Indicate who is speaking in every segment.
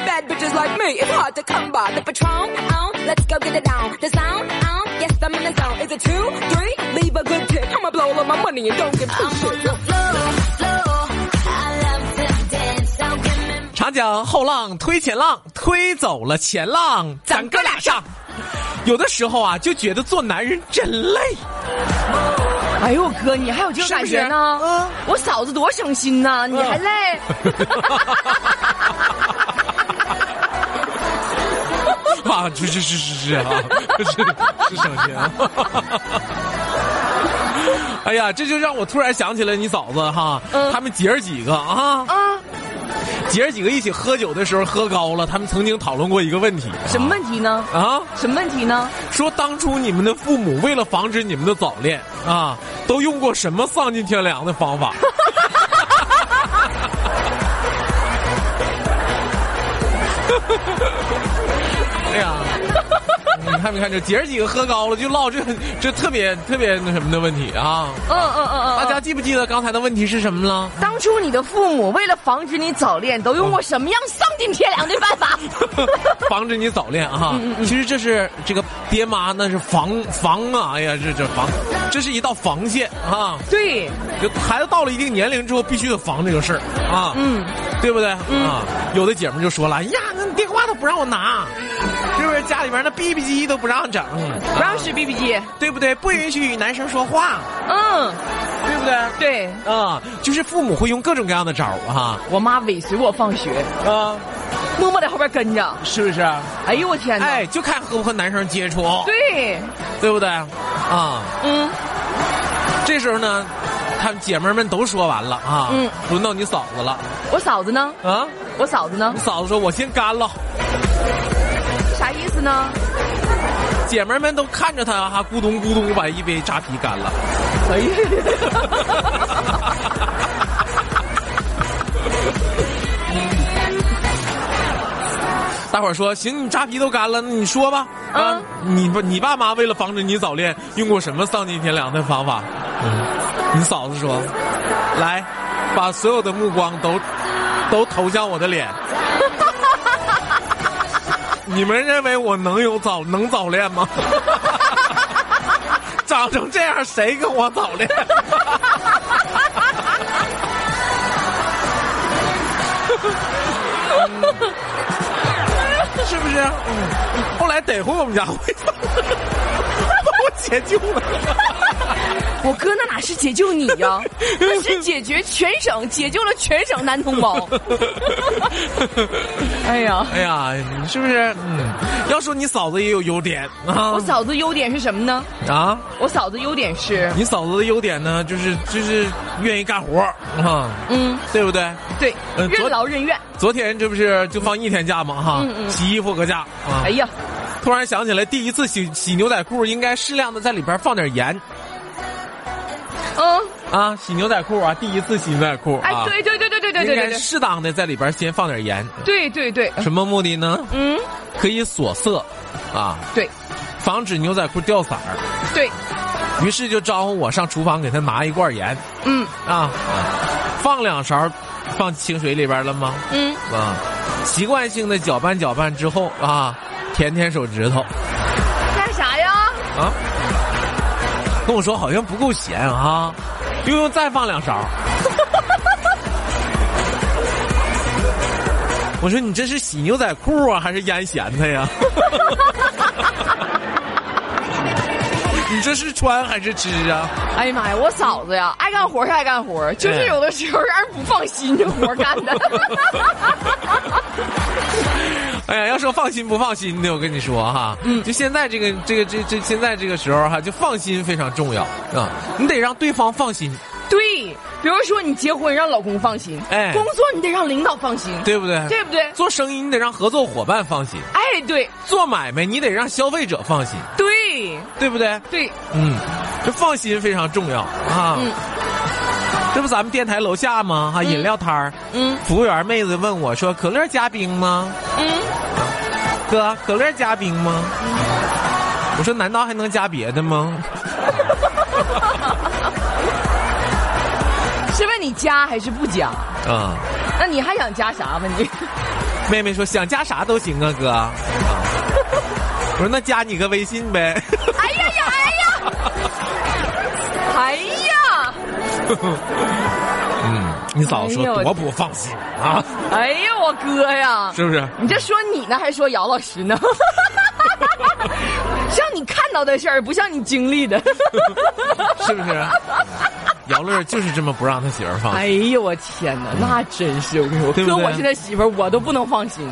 Speaker 1: like me, it's hard to come by. The patron, on, let's go get it down. The sound, on, yes, I'm in the zone. Is it two, three? Leave a good tip. I'ma blow all of my money and don't give two shits.
Speaker 2: 长江后浪推前浪，推走了前浪，咱哥俩上。有的时候啊，就觉得做男人真 累。
Speaker 3: 哎呦哥，你还有这个啊
Speaker 2: 是不
Speaker 3: 感
Speaker 2: 是
Speaker 3: 觉呢？
Speaker 2: 嗯
Speaker 3: 我嫂子多省心呐、你还累？
Speaker 2: 啊，是是是是是啊，是是省心啊。哎呀，这就让我突然想起来你嫂子哈，
Speaker 3: 嗯
Speaker 2: 他们姐儿几个啊，
Speaker 3: 啊，
Speaker 2: 姐儿几个一起喝酒的时候喝高了，他们曾经讨论过一个问题
Speaker 3: 什么问题呢？
Speaker 2: 啊，
Speaker 3: 什么问题呢？
Speaker 2: 说当初你们的父母为了防止你们的早恋啊，都用过什么丧尽天良的方法？ 哎呀，你看没看这姐儿几个喝高了就唠这这特别特别那什么的问题啊？
Speaker 3: 嗯嗯嗯嗯
Speaker 2: 大
Speaker 3: 嗯。
Speaker 2: 家记不记得刚才的问题是什么了？
Speaker 3: 当初你的父母为了防止你早恋，都用过什么样丧尽天良的办法？
Speaker 2: 防止你早恋啊！其实这是这个爹妈那是防防啊！哎呀，这这防，这是一道防线啊！
Speaker 3: 对，
Speaker 2: 就孩子到了一定年龄之后，必须得防这个事儿啊，
Speaker 3: 嗯，
Speaker 2: 对不对、啊？有的姐们就说了，哎呀，那电话都不让我拿，是不是？家里边那 BB 机都不让整，
Speaker 3: 不让使 BB 机。
Speaker 2: 对不对？不允许与男生说话，
Speaker 3: 嗯，
Speaker 2: 对不对？
Speaker 3: 对
Speaker 2: 啊，就是父母会用各种各样的招儿啊
Speaker 3: 我妈尾随我放学，
Speaker 2: 啊，
Speaker 3: 默默在后边跟着。
Speaker 2: 是不是？
Speaker 3: 哎呦我天哪！
Speaker 2: 哎，就看和不和男生接触，
Speaker 3: 对，
Speaker 2: 对不对？啊，
Speaker 3: 嗯，
Speaker 2: 这时候呢，她姐妹们都说完了啊，
Speaker 3: 嗯，
Speaker 2: 轮到你嫂子了
Speaker 3: 我嫂子呢？
Speaker 2: 啊，
Speaker 3: 我嫂子呢
Speaker 2: 你？嫂子说我先干了。
Speaker 3: 啥意思呢？
Speaker 2: 姐妹们都看着他哈，咕咚咕咚把一杯扎啤干了。
Speaker 3: 哎呀，
Speaker 2: 大伙儿说：“行，你扎啤都干了，那你说吧。啊，你不，你爸妈为了防止你早恋，用过什么丧尽天良的方法？”嗯，你嫂子说：“来，把所有的目光都都投向我的脸。 你们认为我能有早能早恋吗？ 长成这样，谁跟我早恋？”是不是？嗯，后来得回我 们家回，把我解救了。
Speaker 3: 我哥那哪是解救你呀、 那是解决全省，解救了全省男 同胞。哎呀，
Speaker 2: 哎呀，你是不是？嗯，要说你嫂子也有优点啊
Speaker 3: 我嫂子优点是什么呢？
Speaker 2: 啊！
Speaker 3: 我嫂子优点是，
Speaker 2: 你嫂子的优点呢，就是就是愿意干活儿啊，
Speaker 3: 嗯，
Speaker 2: 对不对？
Speaker 3: 对，
Speaker 2: 嗯昨
Speaker 3: 任劳任怨。
Speaker 2: 昨天这不是就放一天假嘛哈，洗衣服个假啊。
Speaker 3: 嗯哎呀，
Speaker 2: 突然想起来，第一次洗洗牛仔裤应该适量的在里边放点盐
Speaker 3: 嗯，
Speaker 2: 啊，洗牛仔裤啊，第一次洗牛仔裤啊，
Speaker 3: 哎，对对对对对对对
Speaker 2: 应
Speaker 3: 对
Speaker 2: 该适当的在里边先放点盐。
Speaker 3: 对对对对，
Speaker 2: 什么目的呢？
Speaker 3: 嗯，
Speaker 2: 可以锁色，啊，
Speaker 3: 对
Speaker 2: 防止牛仔裤掉色儿。
Speaker 3: 对，
Speaker 2: 于是就招呼我上厨房给他拿一罐盐
Speaker 3: 嗯
Speaker 2: 啊，放两勺，放清水里边了吗？
Speaker 3: 嗯，
Speaker 2: 啊，习惯性的搅拌搅拌之后啊，舔舔手指头
Speaker 3: 干啥呀？
Speaker 2: 啊，跟我说好像不够咸啊，又用再放两勺。我说你这是洗牛仔裤啊，还是腌咸菜呀？ 你这是穿还是吃啊？
Speaker 3: 哎呀妈呀，我嫂子呀，爱干活是爱干活，就
Speaker 2: 哎
Speaker 3: 是有的时候让人不放心这活干 的。
Speaker 2: 哎呀，要说放心不放心的，我跟你说哈，嗯，就现在这个这个这这现在这个时候哈，就放心非常重要啊，你得让对方放心，
Speaker 3: 对，比如说你结婚让老公放心，
Speaker 2: 哎
Speaker 3: 工作你得让领导放心，
Speaker 2: 对不对？
Speaker 3: 对不对？
Speaker 2: 做生意你得让合作伙伴放心，
Speaker 3: 哎，对
Speaker 2: 做买卖你得让消费者放心，
Speaker 3: 对
Speaker 2: 对不对？
Speaker 3: 对，
Speaker 2: 嗯，这放心非常重要啊。
Speaker 3: 嗯
Speaker 2: 这不咱们电台楼下吗？哈，饮料摊儿，
Speaker 3: 嗯
Speaker 2: 服务员妹子问我说：“可乐加冰吗？”
Speaker 3: 嗯，
Speaker 2: 哥，可乐加冰吗？我说难道还能加别的吗？
Speaker 3: 是问你加还是不加？
Speaker 2: 啊、
Speaker 3: 那你还想加啥吧你？
Speaker 2: 妹妹说想加啥都行啊，哥。啊我说那加你个微信呗。
Speaker 3: 哎呀呀，哎呀，哎呀，
Speaker 2: 你嫂子
Speaker 3: 哎
Speaker 2: 说
Speaker 3: 呦
Speaker 2: 多不放心 啊，
Speaker 3: 哎呀，我哥呀！
Speaker 2: 是不是？
Speaker 3: 你这说你呢，还说姚老师呢？ 像你看到的事儿，不像你经历的。
Speaker 2: 是不是？姚乐就是这么不让他媳妇儿放心。
Speaker 3: 哎呦，我天哪，那真是我跟你说，
Speaker 2: 对不
Speaker 3: 哥，
Speaker 2: 对嗯
Speaker 3: 我是他媳妇儿，我都不能放心。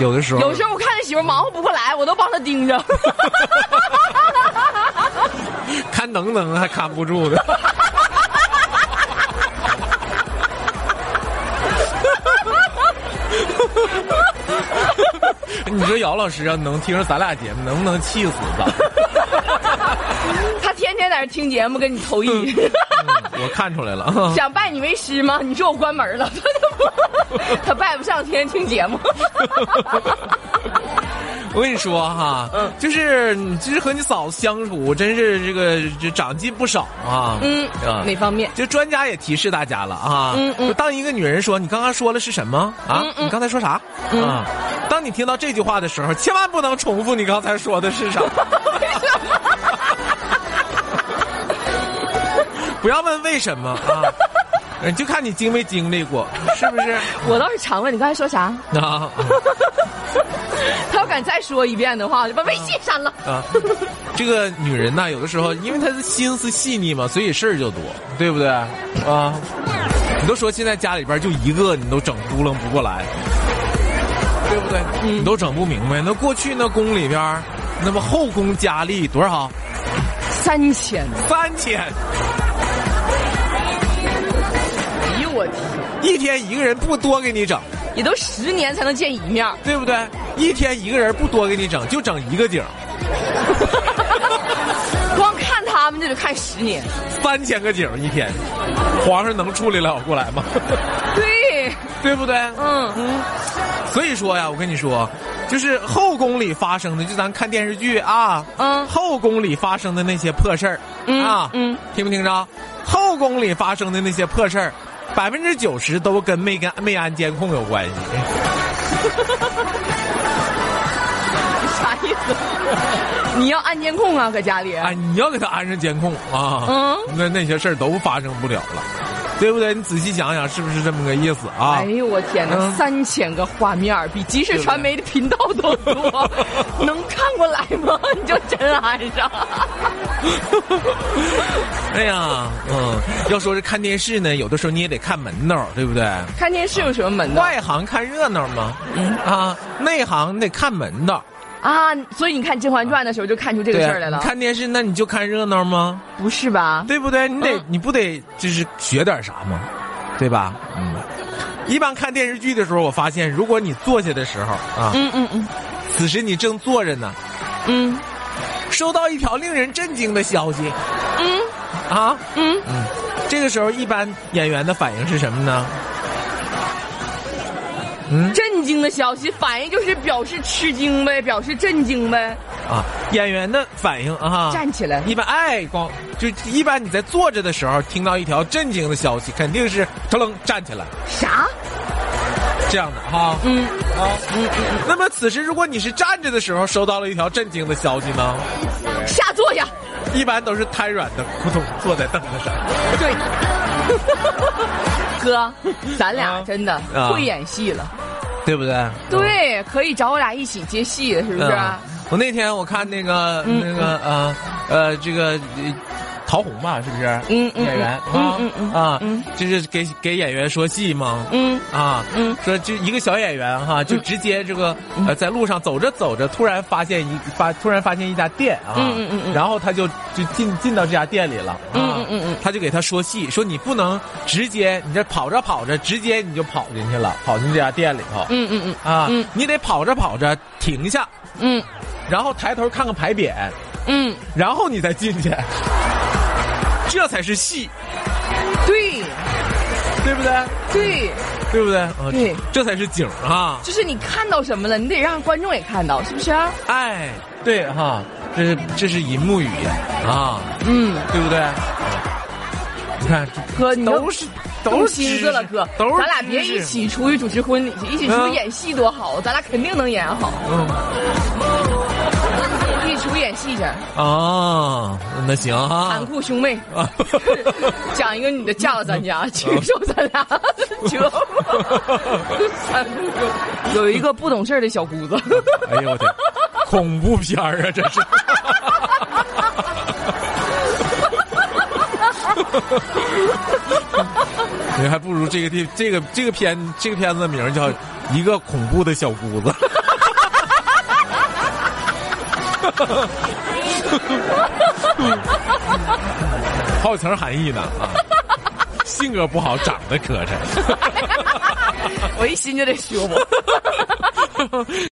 Speaker 2: 有的时候，
Speaker 3: 有时候我看他媳妇儿忙活不过来，我都帮他盯着。
Speaker 2: 看能能还看不住的。 你说姚老师要能听着咱俩节目，能不能气死咱？
Speaker 3: 他天天在那听节目，跟你投意，
Speaker 2: 嗯我看出来了，啊
Speaker 3: 想拜你为师吗？你说我关门 了，他都不他拜不上，天天听节 目。
Speaker 2: 我跟你说哈，
Speaker 3: 嗯
Speaker 2: 就是就是和你嫂子相处，真是这个这长进不少啊。
Speaker 3: 嗯
Speaker 2: 啊，
Speaker 3: 哪方面？
Speaker 2: 就专家也提示大家了啊，
Speaker 3: 嗯嗯
Speaker 2: 就当一个女人说你刚刚说的是什么啊？
Speaker 3: 嗯嗯
Speaker 2: 你刚才说啥、啊？当你听到这句话的时候，千万不能重复你刚才说的是啥。 不要问为什么啊， 呃就看你经没经历过，是 不是？
Speaker 3: 我倒是常问你刚才说啥，
Speaker 2: 啊
Speaker 3: 他要敢再说一遍的话，我就把微信删了。
Speaker 2: 啊，这个女人呐，有的时候因为她的心思细腻嘛，所以事儿就多，对不对？啊，你都说现在家里边就一个，你都整嘟楞不过来，对不对？你都整不明白。那过去那宫里边儿，那么后宫佳丽多少？
Speaker 3: 三千，
Speaker 2: 三千，
Speaker 3: 哎呦我天，
Speaker 2: 一天一个人不多给你整，
Speaker 3: 也都十年才能见一面儿，
Speaker 2: 对不对？一天一个人不多给你整，就整一个景儿，
Speaker 3: 光看他们就得看十年。
Speaker 2: 三千个景儿一天，皇上能处理了过来吗？
Speaker 3: 对，
Speaker 2: 对不对？
Speaker 3: 嗯，
Speaker 2: 所以说呀，我跟你说，就是后宫里发生的，就咱看电视剧啊，
Speaker 3: 嗯
Speaker 2: 后宫里发生的那些破事儿、
Speaker 3: 嗯
Speaker 2: 啊，
Speaker 3: 嗯，
Speaker 2: 听没听着？后宫里发生的那些破事儿，百分之九十都跟没跟没安监控有关系。
Speaker 3: 哎啥意思？你要按监控啊，搁家里。
Speaker 2: 哎，你要给他安上监控啊，
Speaker 3: 嗯
Speaker 2: 那那些事儿都发生不了了，对不对？你仔细想想，是不是这么个意思啊？
Speaker 3: 哎呦我天哪，
Speaker 2: 嗯
Speaker 3: 三千个画面儿比即时传媒的频道都多，能看过来吗？你就真安上。
Speaker 2: 哎呀，嗯，要说是看电视呢，有的时候你也得看门道儿，对不对？
Speaker 3: 看电视有什么门道
Speaker 2: 外行看热闹嘛，
Speaker 3: 嗯
Speaker 2: 啊，内行你得看门道。啊
Speaker 3: 啊？所以你看《甄嬛传》的时候就啊看出这个事儿来了
Speaker 2: 你，看电视那你就看热闹吗？
Speaker 3: 不是吧？
Speaker 2: 对不对？你得、
Speaker 3: 嗯
Speaker 2: 你不得就是学点啥吗？对吧？嗯。一般看电视剧的时候，我发现，如果你坐下的时候啊，
Speaker 3: 嗯嗯嗯
Speaker 2: 此时你正坐着呢，
Speaker 3: 嗯
Speaker 2: 收到一条令人震惊的消息
Speaker 3: 嗯
Speaker 2: 啊，
Speaker 3: 嗯，
Speaker 2: 嗯，这个时候一般演员的反应是什么呢？
Speaker 3: 震惊的消息，反应就是表示吃惊呗，表示震惊呗，
Speaker 2: 啊，演员的反应啊，
Speaker 3: 站起来。
Speaker 2: 一般哎，光就一般你在坐着的时候听到一条震惊的消息，肯定是腾楞站起来
Speaker 3: 啥？
Speaker 2: 这样的哈。
Speaker 3: 嗯
Speaker 2: 啊，那么此时如果你是站着的时候收到了一条震惊的消息呢，
Speaker 3: 下坐下。
Speaker 2: 一般都是瘫软的扑通坐在凳子上。
Speaker 3: 对，哥，咱俩
Speaker 2: 啊
Speaker 3: 真的
Speaker 2: 啊
Speaker 3: 会演戏了。
Speaker 2: 对不对？
Speaker 3: 对，可以找我俩一起接戏，是不啊嗯是？
Speaker 2: 嗯我那天我看那个、那个呃呃这个。呃陶虹吧，是不是？
Speaker 3: 嗯嗯
Speaker 2: 演员
Speaker 3: 嗯
Speaker 2: 啊
Speaker 3: 嗯嗯
Speaker 2: 啊
Speaker 3: 嗯，
Speaker 2: 就是给给演员说戏嘛。
Speaker 3: 嗯
Speaker 2: 啊，
Speaker 3: 嗯
Speaker 2: 说就一个小演员哈，就直接这个呃，在路上走着走着，突然发现一发，突然发现一家店啊，
Speaker 3: 嗯嗯嗯嗯
Speaker 2: 然后他就就进进到这家店里了，啊
Speaker 3: 嗯嗯嗯嗯，
Speaker 2: 他就给他说戏，说你不能直接，你这跑着跑着，直接你就跑进去了，跑进这家店里头，
Speaker 3: 嗯嗯嗯
Speaker 2: 啊
Speaker 3: 嗯，
Speaker 2: 你得跑着跑着停下，
Speaker 3: 嗯
Speaker 2: 然后抬头看看牌匾，
Speaker 3: 嗯，
Speaker 2: 然后你再进去， 这才是戏，
Speaker 3: 对
Speaker 2: 对不对？
Speaker 3: 对，
Speaker 2: 对不对？啊
Speaker 3: 对，
Speaker 2: 这才是景儿啊。
Speaker 3: 就是你看到什么了，你得让观众也看到，是不是？啊
Speaker 2: 哎，对哈，这是这是银幕语言啊，
Speaker 3: 嗯，
Speaker 2: 哦对不对？你看，
Speaker 3: 哥，你
Speaker 2: 都
Speaker 3: 说
Speaker 2: 是都
Speaker 3: 动
Speaker 2: 是
Speaker 3: 心
Speaker 2: 知
Speaker 3: 思了，
Speaker 2: 识
Speaker 3: 哥，
Speaker 2: 都是
Speaker 3: 咱俩别
Speaker 2: 知识
Speaker 3: 一起出去主持婚礼去，一起出
Speaker 2: 嗯
Speaker 3: 去演戏多好，咱俩肯定能演好，
Speaker 2: 嗯
Speaker 3: 一起出去演戏去，
Speaker 2: 啊，那行啊
Speaker 3: 纨。绔兄妹。
Speaker 2: 啊 嗯
Speaker 3: 讲一个女的嫁到咱家，禽兽咱 俩 折磨，三姑哥有一个不懂事儿的小姑子，
Speaker 2: 哎呦我天，恐怖片儿啊，这是。 你还不如这个地这个这个片这个片子的名儿叫《一个恐怖的小姑子》。 好有层含义呢啊！性格不好，长得磕碜。
Speaker 3: 我一心就得说我。